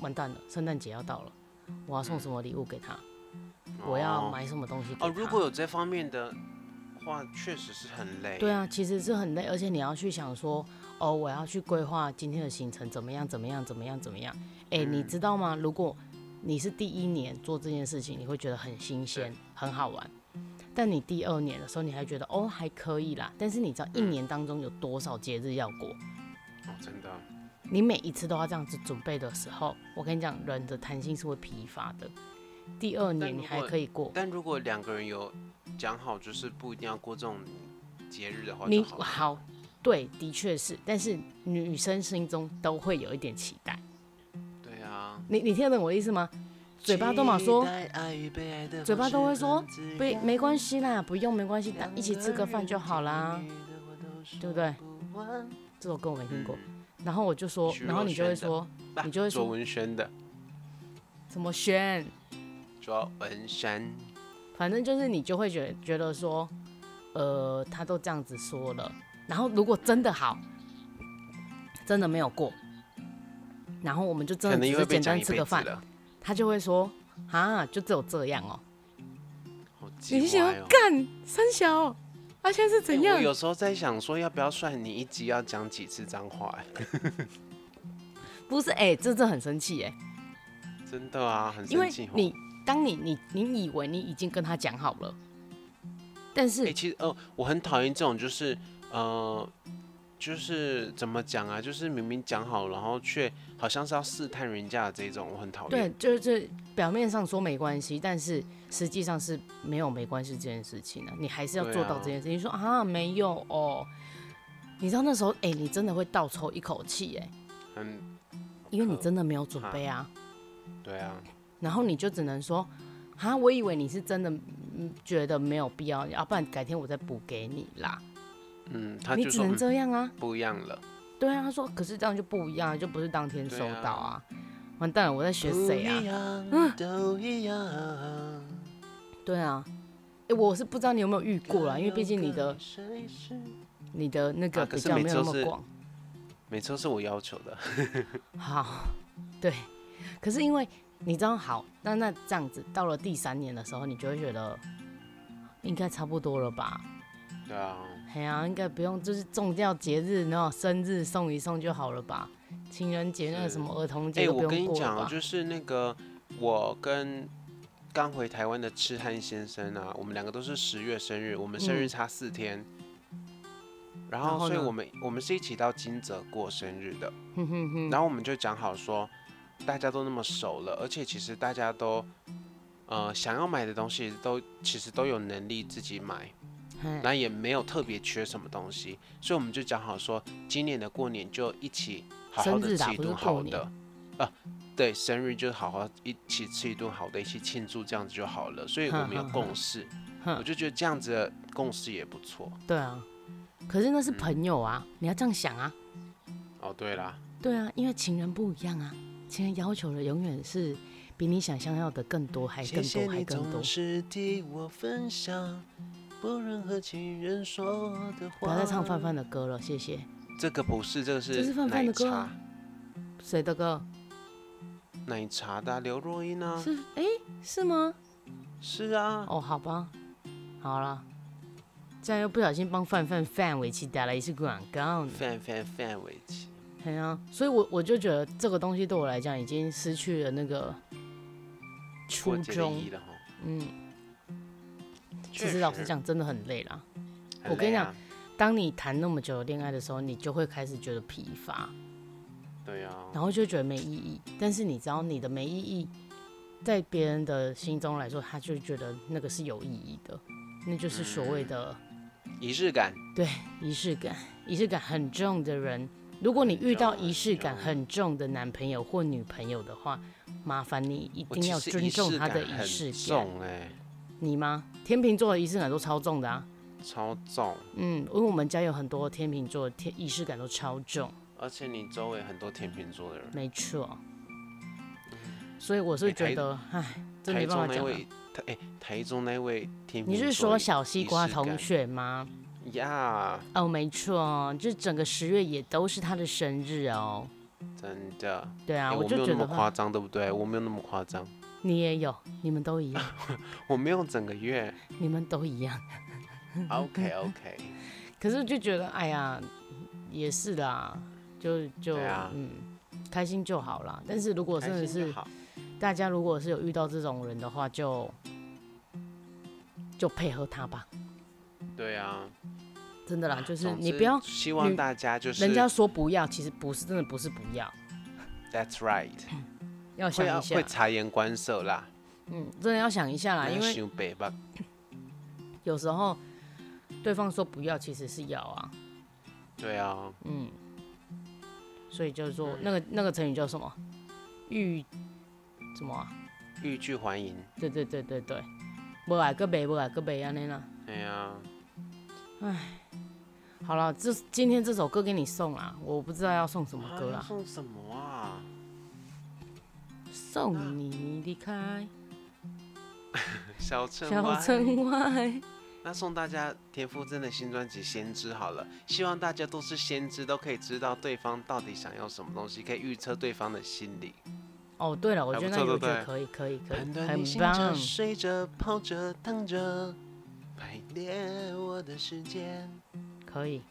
B: 完蛋了，圣诞节要到了，我要送什么礼物给他？我要
A: 哦
B: 买什么东西给他。
A: 哦，如果有这方面的话，确实是很累。嗯
B: 对，啊，其实是很累，而且你要去想说，哦，我要去规划今天的行程怎么样，怎么样，怎么样，怎么样。哎、
A: 嗯
B: 你知道吗？如果你是第一年做这件事情，你会觉得很新鲜，很好玩。但你第二年的时候，你还觉得哦还可以啦。但是你知道一
A: 嗯
B: 年当中有多少节日要过？
A: 哦，真的，
B: 你每一次都要这样子准备的时候，我跟你讲，人的弹性是会疲乏的。第二
A: 但
B: 年
A: 如
B: 你还
A: 果
B: 可以过，
A: 但如果两个人有讲好，就是不一定要过这种节日的话，
B: 你
A: 就好了。
B: 好，对，的确是，但是女生心中都会有一点期待。
A: 对啊，
B: 你你听得懂我的意思吗？
A: 嗯
B: 嘴巴都嘛说
A: 期待爱与被爱的
B: 嘴巴都会说
A: 方式
B: 不，没关系啦，不用，没关系，大一起吃个饭就好啦，对不对？这首歌我没
A: 嗯
B: 听过。然后我就说，
A: 徐
B: 然后
A: 若
B: 你就
A: 瑄
B: 会
A: 的
B: 说
A: 啊
B: 你就会说
A: 卓文萱的
B: 什么轩，
A: 卓文萱，
B: 反正就是你就会觉觉得说，呃，他都这样子说了，然后如果真的好，真的没有过，然后我们就真
A: 可
B: 的
A: 能
B: 只
A: 又
B: 是
A: 会被
B: 简
A: 讲
B: 单
A: 一
B: 吃
A: 辈
B: 个
A: 子
B: 饭，
A: 了。
B: 他就会说啊，就只有这样哦、
A: 好鸡
B: 你想
A: 歪
B: 要
A: 哦
B: 干三小哦，他、现在是怎
A: 欸
B: 样
A: 我？有时候在想说，要不要算你一集要讲几次脏话、欸？
B: 不是哎、这这很生气哎、
A: 真的啊，很
B: 因为
A: 生气吼。
B: 你当你你你以为你已经跟他讲好了，但是、
A: 哎、其实哦，我很讨厌这种，就是呃，就是怎么讲啊？就是明明讲好，然后却好像是要试探人家的这种，我很讨
B: 对
A: 厌。，
B: 就是这表面上说没关系，但是实际上是没有没关系这件事情啊，你还是要
A: 对
B: 做到
A: 啊
B: 这件事情。你说啊没有哦，你知道那时候哎、你真的会倒抽一口气哎、
A: 嗯，
B: 因为你
A: 可
B: 真的没有准备啊，
A: 对啊，
B: 然后你就只能说啊，我以为你是真的嗯觉得没有必要，要、不然改天我再补给你啦，
A: 嗯，他
B: 你
A: 就
B: 只
A: 说、
B: 能
A: 嗯、
B: 这样啊。
A: 不一样了，
B: 对啊，他说，可是这样就不一样，啊就不是当天收
A: 对
B: 到啊。完蛋了，我在学谁
A: 不一
B: 啊？
A: 样，都一样。
B: 对啊，哎、我是不知道你有没有遇过啦，因为毕竟你的
A: 谁是
B: 你的那个
A: 啊可
B: 比
A: 是
B: 较
A: 每
B: 没有那
A: 周
B: 么
A: 是
B: 广。
A: 每次都是我要求的，
B: 好，对，可是因为你知道，好，那那这样子到了第三年的时候，你就会觉得应该差不多了吧？
A: 对啊，
B: 哎呀、应该不用，就是重要节日，然后生日送一送就好了吧？情人节那个
A: 是
B: 什么儿童
A: 哎、
B: 节都不
A: 我跟
B: 用
A: 你
B: 过
A: 讲
B: 了
A: 哦，
B: 吧？
A: 就是那个我跟刚回台湾的痴汉先生啊，我们两个都是十月生日，我们生日
B: 嗯
A: 差四天，然
B: 然
A: 后
B: 后
A: 所以
B: 呢
A: 我们我们是一起到金泽过生日的，
B: 哼哼哼
A: 然后我们就讲好说，大家都那么熟了，而且其实大家都呃想要买的东西都其实都有能力自己买，
B: 嘿
A: 那也没有特别缺什么东西，所以我们就讲好说，今年的过年就一起好好
B: 生日
A: 的
B: 啦
A: 吃一
B: 不是
A: 顿
B: 过
A: 好
B: 年
A: 的，啊，对，生日就好好一起吃一顿好的，一起庆祝这样子就好了。所以我们有
B: 哼哼
A: 共识，
B: 哼
A: 我就觉得这样子的共识也不错。
B: 对啊，可是那是朋友啊，
A: 嗯
B: 你要这样想啊。
A: 哦，对啦，
B: 对啊，因为情人不一样啊，情人要求的永远是比你想象要的更多，还更
A: 嗯谢谢
B: 多，还
A: 你
B: 更多
A: 总。是替我分享不任何情人说的话。
B: 不要再唱范范的歌了，谢谢。
A: 这个不是，这个是
B: 这是范范
A: 奶
B: 的歌
A: 茶
B: 啊谁的歌？
A: 奶茶的啊刘若英啊，
B: 是哎、是吗？
A: 是啊，
B: 哦，好吧，好了，这样又不小心帮范范范玮琪打了一次广告呢。
A: 范范范玮琪。
B: 对啊，所以我我就觉得这个东西对我来讲已经失去了那个
A: 过
B: 初
A: 节的意
B: 衷
A: 义。了哈。
B: 嗯，其
A: 确
B: 实老实
A: 实
B: 讲，真的很累啦。
A: 很
B: 我跟
A: 累
B: 你讲
A: 啊，
B: 当你谈那么久的恋爱的时候，你就会开始觉得疲乏，
A: 对
B: 然
A: 啊，
B: 后就觉得没意义。但是你知道，你的没意义，在别人的心中来说，他就觉得那个是有意义的，那就是所谓的
A: 仪式感，
B: 仪式感。仪式感很重的人，如果你遇到
A: 很重
B: 仪式感
A: 很重
B: 很重的男朋友或女朋友的话，麻烦你一
A: 我
B: 定要
A: 其实
B: 尊
A: 仪
B: 重
A: 式
B: 他的
A: 感
B: 仪
A: 很
B: 式感。
A: 重哎，
B: 你吗？天秤座的仪式感都超重的啊。
A: 超重，
B: 嗯，因为我们家有很多天秤座的天仪式感都超重。
A: 而且你周围很多天秤座的人，
B: 没错。所以我是
A: 哎
B: 觉
A: 台
B: 得，唉，真
A: 台
B: 没办法
A: 中那
B: 讲了。啊
A: 位，台哎，台中那位天秤座，
B: 你是说小西
A: 仪
B: 瓜
A: 式
B: 同
A: 感
B: 学吗？
A: 呀？
B: 哦，没错，这整个十月也都是他的生日哦。
A: 真的，
B: 对啊，
A: 哎我
B: 啊就
A: 没有
B: 觉
A: 那么
B: 得
A: 夸
B: 话，
A: 张，对不对？我没有那么夸张，
B: 你也有，你们都一样，
A: 我没有整个 月。
B: 你们都一样。
A: OK OK，
B: 可是就觉得，哎呀，也是啦，就就、
A: 对啊
B: 嗯，开心就好啦。但是如果真
A: 开
B: 的
A: 心就是好。
B: 大家如果是有遇到这种人的话，就就配合他吧，
A: 对啊，
B: 真的啦，就是
A: 总
B: 你
A: 之
B: 不要，
A: 希望
B: 你
A: 大家就是
B: 人家说不要，其实不是真的不是不要，
A: That's right，
B: 要
A: 会
B: 想
A: 要
B: 一
A: 会啊
B: 下，
A: 察言观色啦，
B: 嗯，真的要想一下啦，因为
A: 想北吧，
B: 有时候对方说不要，其实是要啊，
A: 对啊，
B: 嗯，所以就是
A: 嗯
B: 说那个那个成语叫什么？欲什么、啊？
A: 欲拒还迎，
B: 对对对对对，啊无爱个袂，无爱个袂安尼啦。
A: 哎呀，
B: 好了，这今天这首歌给你送啦，我不知道要送什么
A: 啊
B: 歌
A: 要
B: 啦，
A: 送什么啊？
B: 送你离开
A: 小陈
B: 小
A: 蛙，
B: 城外。
A: 那送大家田馥甄的新专辑《先知》好了，希望大家都是先知，都可以知道对方到底想要什么东西，可以预测对方的心理。
B: 哦，对了，我
A: 还
B: 觉
A: 不
B: 得那
A: 错
B: 个我觉
A: 对不对
B: 得可以，可以，可以，
A: 判断你
B: 很
A: 醒着、
B: 棒。
A: 睡着、跑着、躺着，排列我的时间。
B: 可以，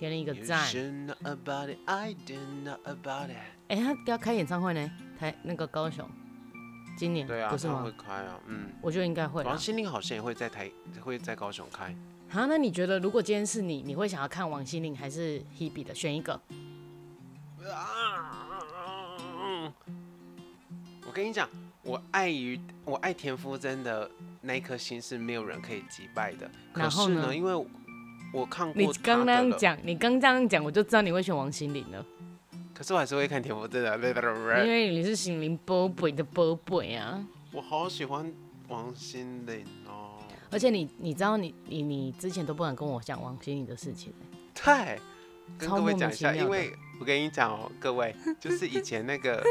B: 给你一个
A: You
B: 赞。
A: should know about it, I didn't know about it。
B: 哎、他要开演唱会呢，台那个高雄，今年
A: 对啊，
B: 不是
A: 他
B: 吗
A: 会？开啊，嗯。
B: 我觉得应该会啦。啊
A: 王心凌好像也会在台，会在高雄开。
B: 好，那你觉得如果今天是你，你会想要看王心凌还是 Hebe 的？选一个。
A: 我跟你讲，我碍于我爱田馥甄的那一颗心是没有人可以击败的。可
B: 然后
A: 是
B: 呢
A: 呢，因为我看
B: 你
A: 过
B: 刚
A: 她
B: 那
A: 的
B: 样
A: 了，
B: 讲，你刚这样讲，我就知道你会选王心凌了，
A: 可是我还是会看田馥甄
B: 因
A: 的。
B: 为你是心灵 boy 的 boy 啊。
A: 我好喜欢王心凌哦，
B: 而且你你知道你你你之前都不敢跟我讲王心凌的事情、
A: 嗯太跟
B: 超
A: 各位
B: 莫名
A: 讲一
B: 其
A: 下，
B: 妙
A: 因
B: 的
A: 为我跟你讲哦，各位， 就是以前那个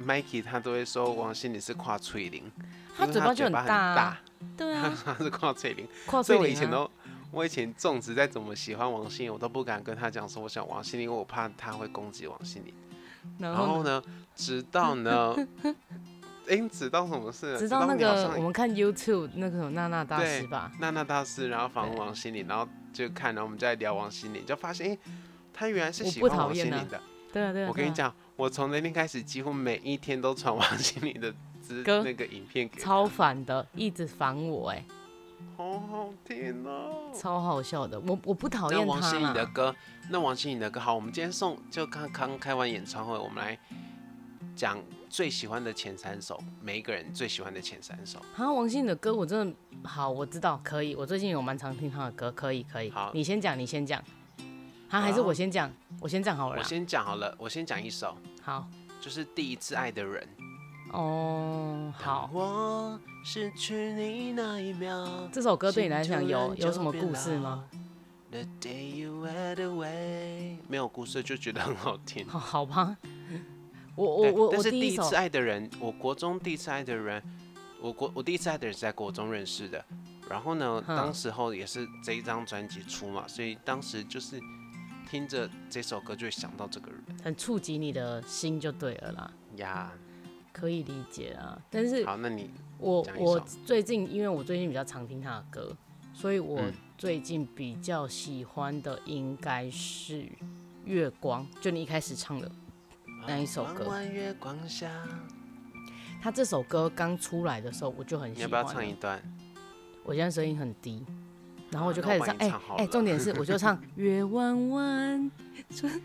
A: Mikey 他都会说王心凌是跨翠玲，
B: 她
A: 因为
B: 嘴
A: 她
B: 巴就
A: 很
B: 很大啊
A: 大，
B: 对
A: 他
B: 啊，
A: 他是跨翠 玲，
B: 跨
A: 所
B: 岁
A: 以我
B: 龄
A: 以前
B: 啊
A: 都，我以前纵使再怎么喜欢王心凌，我都不敢跟他讲说我想王心凌，因为我怕他会攻击王心凌。
B: 然
A: 然
B: 后
A: 后
B: 呢
A: 呢，直到呢， 哎、直到什么事呢？
B: 直到那
A: 你好
B: 个
A: 像
B: 我们看 YouTube 那个什么娜娜大
A: 对
B: 师吧，
A: 娜娜大师，然后访问
B: 对
A: 王心凌，然后就看，然后我们再聊王心凌，就发现，哎、他原来是
B: 我
A: 喜
B: 不
A: 欢
B: 讨
A: 王
B: 厌
A: 心
B: 啊
A: 凌的。
B: 对啊对啊。
A: 我跟
B: 对
A: 你
B: 啊，
A: 讲，我从那天开始，几乎每一天都传王心凌的资
B: 歌
A: 那个影片给他，
B: 超烦的，一直烦我哎、
A: 好好听哦。
B: 超好笑的。我我不讨
A: 那
B: 厌
A: 王
B: 她
A: 心凌的
B: 啦，
A: 歌，那王心凌的歌，好，我们今天送就刚刚开完演唱会，我们来讲最喜欢的前三首，每一个人最喜欢的前三首。
B: 啊，王心凌的歌我真的好，我知道可以。我最近有蛮常听她的歌，可以可以
A: 好。
B: 你先讲，你先讲。啊，还是
A: 好
B: 我先讲，我先讲好了
A: 我
B: 啦。
A: 先讲好了，我先讲一首，
B: 好，
A: 就是第一次爱的人。
B: 哦，好
A: 当。我失去你那一秒，
B: 这首歌对你来讲
A: 心突
B: 有
A: 然
B: 有
A: 就
B: 什么
A: 变
B: 故事吗？
A: 老？The day you went away，没有故事就觉得很好听。
B: 好 好吧，我我
A: 对
B: 我
A: 但
B: 我
A: 是第
B: 第一
A: 一
B: 首
A: 次爱的人，我国中第一次爱的人，我国我第一次爱的人是在国中认识的。然后呢，
B: 嗯
A: 当时候也是这一张专辑出嘛，所以当时就是听着这首歌就会想到这个人
B: 很触及你的心就对了啦，
A: 呀。
B: 可以理解啊。但是
A: 好，那你
B: 我
A: 讲一
B: 我
A: 首
B: 最近因为我最近比较常听他的歌，所以我
A: 嗯
B: 最近比较喜欢的应该是《月光》，就你一开始唱的。那一首歌
A: 弯弯啊月光下，
B: 他这首歌刚出来的时候我就很
A: 你
B: 喜
A: 要
B: 欢
A: 不
B: 了。
A: 要唱一段？
B: 我现在声音很低，然后我就
A: 啊那我
B: 开始
A: 帮
B: 唱，
A: 你
B: 哎
A: 唱好
B: 哎、
A: 了
B: 重点是我就唱月弯弯， 春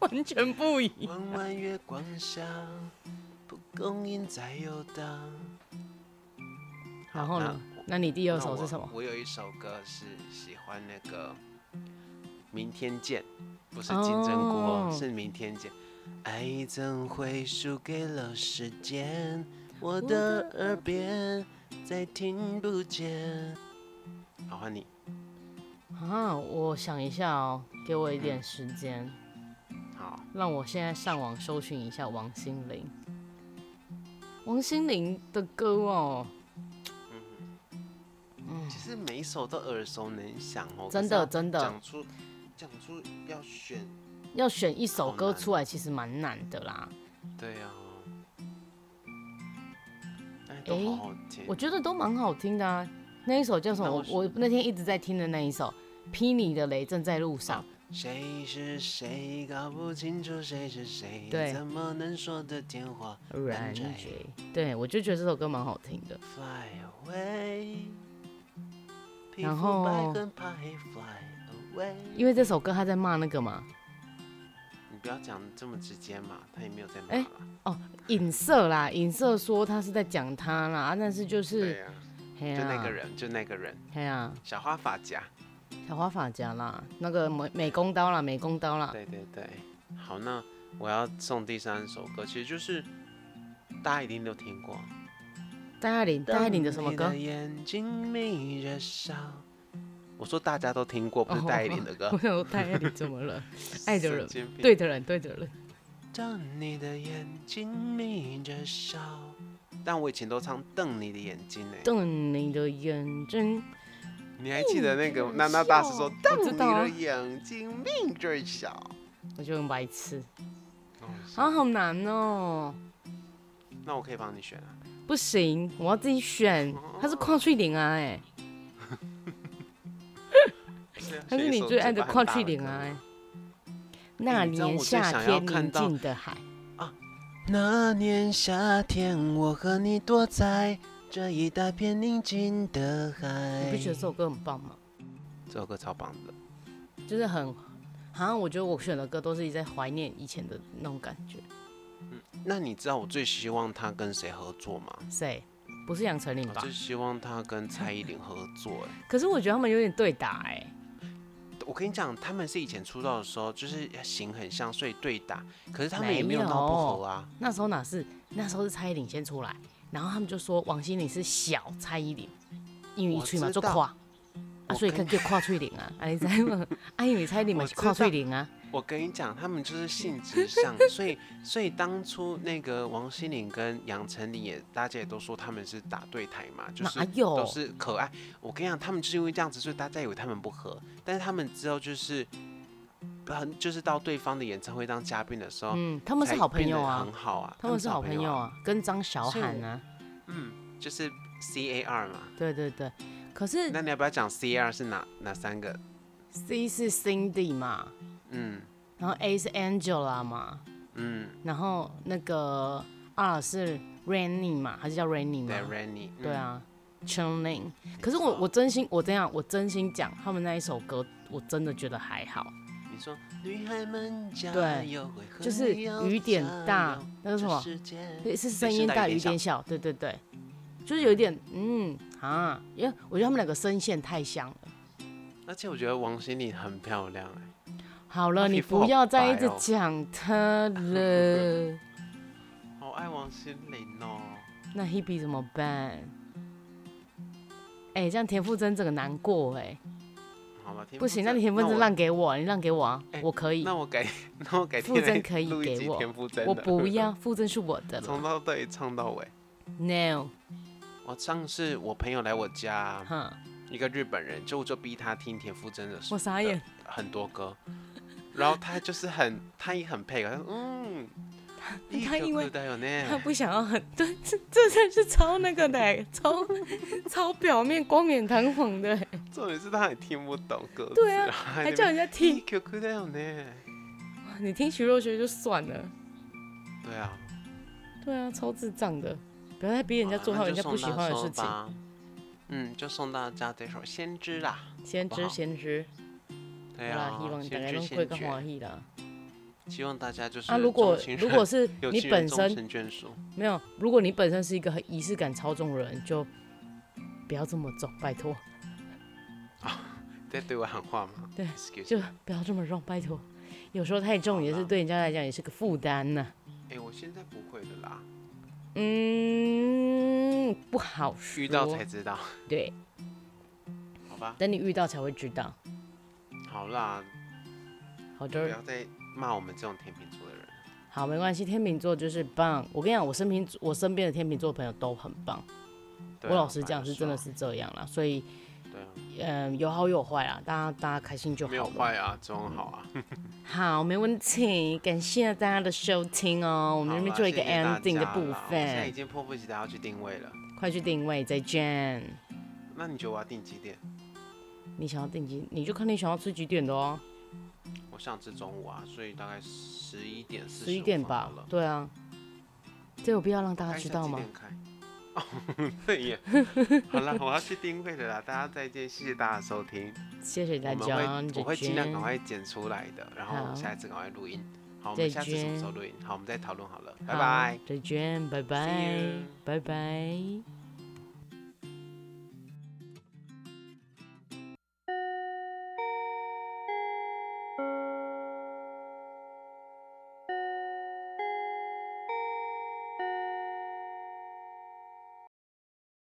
B: 完全不一样。
A: 弯弯月光下，蒲公英在游荡。
B: 然
A: 好
B: 后呢？？那你第
A: 那
B: 二首是什么
A: 我？？我有一首歌是喜欢那个《明天见》，不是
B: 哦
A: 金针菇哦，是《明天见》。爱怎会输给了时间？我的耳边再听不见。好，换你。
B: 啊，我想一下哦，给我一点时间，
A: 好，
B: 让我现在上网搜寻一下王心凌。王心凌的歌哦，
A: 其实每一首都耳熟能详哦。
B: 嗯真的真
A: 可是要
B: 的
A: 讲出讲出要选，
B: 要选一首
A: 好
B: 歌
A: 难
B: 出来，其实蛮难的啦。
A: 对啊。哎都好好听。
B: 哎我觉得都蛮好听的啊。那一首叫什么？
A: 那我
B: 我我那天一直在听的那一首《劈你的雷正在路上》。
A: 谁是谁搞不清楚谁是谁，
B: 对
A: 怎么能说得天话
B: 软
A: 软
B: 觉
A: 觉，
B: 对我就觉得这首歌蛮好听的。
A: ？Fly away，皮
B: 然
A: 肤白
B: 后
A: 很怕黑，Fly away。
B: 因为这首歌他在骂那个嘛，
A: 你不要讲这么直接嘛，他也没有在骂
B: 哎
A: 啦。
B: 影射啦，影射说他是在讲他啦，啊但是就是
A: 对呀、
B: 嘿
A: 就
B: 呀，
A: 那个，人，就那个人，
B: 嘿呀，
A: 小花发夹。
B: 小花发夹啦，那个美美工刀啦，美工刀啦，
A: 对对对，好，那我要送第三首歌，其实就是大家一定都听过，
B: 戴爱玲，戴爱玲的什么
A: 当
B: 歌
A: 你的？眼睛眯着笑。我说大家都听过，不是
B: 哦
A: 戴琳 的歌
B: 我。有戴爱玲怎 么了？爱的人
A: 神经病
B: 对的人，对的人，
A: 当你的眼睛眯着笑，但我以前都唱瞪你的眼睛呢、
B: 瞪你的眼睛，
A: 你还记得那个
B: 着
A: 娜娜大师说
B: 笑
A: 瞪
B: 我知
A: 你
B: 道啊
A: 的眼睛眯着笑？
B: 我就很白痴
A: 哦是
B: 啊，好难哦、
A: 那我可以帮你选啊。
B: 不行，我要自己选，
A: 哦
B: 他是邝翠玲啊、哎。
A: 是啊
B: 他
A: 选
B: 是
A: 一
B: 你
A: 首
B: 最
A: 嘴
B: 爱的
A: 巴很
B: 邝
A: 大
B: 翠
A: 的
B: 玲
A: 歌
B: 啊、
A: 吗
B: 哎那
A: 你知道
B: 年
A: 我最
B: 夏
A: 想要
B: 天
A: 看
B: 宁
A: 到
B: 静的海，
A: 那年夏天，我和你躲在这一大片宁静的海。
B: 你不觉得这首歌很棒吗？
A: 这首歌超棒的？
B: 就是很，好像我觉得我选的歌都是一直在怀念以前的那种感觉。
A: 那你知道我最希望他跟谁合作吗？
B: 谁？不是杨丞琳
A: 我
B: 嗯吧
A: 最？希望他跟蔡依林合作。哎，
B: 可是我觉得他们有点对打哎、
A: 我跟你讲，他们是以前出道的时候就是型很像，所以对打。可是他们也
B: 没
A: 没有闹不和啊。
B: 那时候哪是？那时候是蔡依林先出来，然后他们就说王心凌是小蔡依林，因为一吹嘛
A: 我知
B: 做
A: 道
B: 跨。啊，
A: 我
B: 所以
A: 跟
B: 跟叫跨翠玲 啊，啊你知道吗？啊，因为蔡依林嘛
A: 我
B: 是
A: 知
B: 跨翠
A: 道
B: 玲啊，
A: 我跟你讲，他们就是性质上，所以所以当初那个王心凌跟杨丞琳也，大家也都说他们是打对台嘛，就是
B: 哪有？
A: 都是可爱。我跟你讲，他们就是因为这样子，所以大家以为他们不合，但是他们之后就是，很就是到对方的演唱会当嘉宾的时候，
B: 嗯，他
A: 他
B: 们是好朋友啊
A: 很，好啊，
B: 他们是好朋友
A: 啊，
B: 啊，跟张韶
A: 所以
B: 涵啊，
A: 嗯，就是 C A R 嘛。
B: 对对对。可是
A: 那你要不要讲 C A R 是哪哪三个？
B: C 是 Cindy 嘛，
A: 嗯
B: 然后 A 是 Angela 嘛，
A: 嗯，
B: 然后那个 R 是 Rainy 嘛，还是叫 Rainy
A: 对
B: 嘛？
A: ，Rainy，嗯
B: 对，啊 c h i l l i n
A: 没
B: 可是我
A: 错
B: 我真心我这样我真心讲，他们那一首歌我真的觉得还好，
A: 你说女孩们加
B: 对
A: 油，会和
B: 就是
A: 你要
B: 雨点
A: 加
B: 大
A: 油，
B: 那个什
A: 这
B: 么
A: 世界
B: 对是声音大雨点小，对对对，就是有一点嗯啊，因为我觉得他们两个声线太像了。
A: 而且我觉得王心凌很漂亮哎、
B: 好了，
A: 她皮
B: 你
A: 肤
B: 不
A: 好
B: 要再一
A: 白
B: 直
A: 哦
B: 讲他了。
A: 好爱王心凌哦、
B: 那 Hebe 怎么办？哎、这样田馥甄整个难过哎、
A: 好了，田
B: 不
A: 馥
B: 行，
A: 甄
B: 那你田馥
A: 我
B: 甄让给我，你让给我啊，
A: 哎
B: 我可以
A: 那，我改， 那我改
B: 傅
A: 天来
B: 征可以
A: 录一
B: 给
A: 集
B: 我
A: 田馥甄
B: 我
A: 的
B: 不要，馥甄是我的 了
A: 从到对唱到尾。
B: ，No，
A: 我上次我朋友来我家，
B: 哈，
A: 一个日本人，就我就逼他听田馥甄的
B: 我傻眼，
A: 很多歌，然后他就是很，他也很配合，他说嗯，
B: 他因为
A: 有
B: 他
A: 呢，
B: 不想要很，对，这这才是超那个的、欸，超超表面光冕堂皇的、欸，
A: 重点是他也听不懂歌词，
B: 对啊
A: 然后还
B: 还叫人家听，
A: Q Q 的有呢，
B: 你听徐若瑄就算了，
A: 对啊，
B: 对啊，超智障的，不要再逼人家
A: 好啦
B: 做
A: 那
B: 到
A: 就
B: 人家不
A: 送大
B: 喜欢的
A: 家
B: 事情，
A: 吧。嗯，就送大家这首《先知》啦。好
B: 先
A: 不
B: 知
A: 好
B: 先知，
A: 对
B: 好
A: 啊
B: 啦，，希望大
A: 先
B: 家
A: 知
B: 拢
A: 先
B: 过个
A: 觉
B: 欢喜啦。
A: 希望大家就是
B: 啊，如果
A: 终其
B: 如
A: 人
B: 果是
A: 有
B: 你
A: 情人
B: 本
A: 终
B: 身
A: 成眷属，
B: 没有，如果你本身是一个很仪式感超重的人，就不要这么重，拜托，
A: 在对我喊话吗？
B: 对
A: Excuse
B: 就
A: me，
B: 不要这么重，拜托。有时候太重也是对人家来讲也是个负担呐、
A: 哎、我现在不会的啦，
B: 嗯，不好说。
A: 遇到才知道，
B: 对，
A: 好吧？
B: 等你遇到才会知道。
A: 好啦，
B: 好
A: 不
B: 的，
A: 要再骂我们这种天秤座的人。
B: 好，没关系。天秤座就是棒，我跟你讲，我身边我身边的天秤座朋友都很棒。
A: 对
B: 我
A: 啊
B: 老实讲，是真的，
A: 反
B: 是这样啦。所以，
A: 正对啊，
B: 嗯、有好有坏啦，大家大家开心就好
A: 没有
B: 了。嗯
A: 坏啊，总好啊。
B: 好，没问题，感谢大家的收听哦。
A: 我
B: 我
A: 啊
B: 们这边做一个 ending 的部
A: 我现在已
B: 分，
A: 经迫不及待要去定位了。
B: 快去定位，再见。
A: 那你觉得我要订几点？
B: 你想要定几？你就看你想要吃几点的哦、
A: 我想吃中午啊，所以大概十一点四
B: 十一点吧
A: 了。。
B: 对啊，这有必要让大家
A: 开
B: 知
A: 箱
B: 道
A: 几
B: 吗？
A: 点开？哦， 对 耶。好了，我要去订位的啦，大家再见，谢谢大家的收听。
B: 谢谢大
A: 我
B: 家，
A: 们会我会
B: 再
A: 尽量
B: 见
A: 赶快剪出来的，然后我
B: 好
A: 们下一次赶快录音。好，我
B: 再
A: 们下次什么时候
B: 见
A: 录音？好，我们再讨论好了，
B: 好
A: 拜拜。
B: 再见，拜拜
A: you，
B: 拜拜。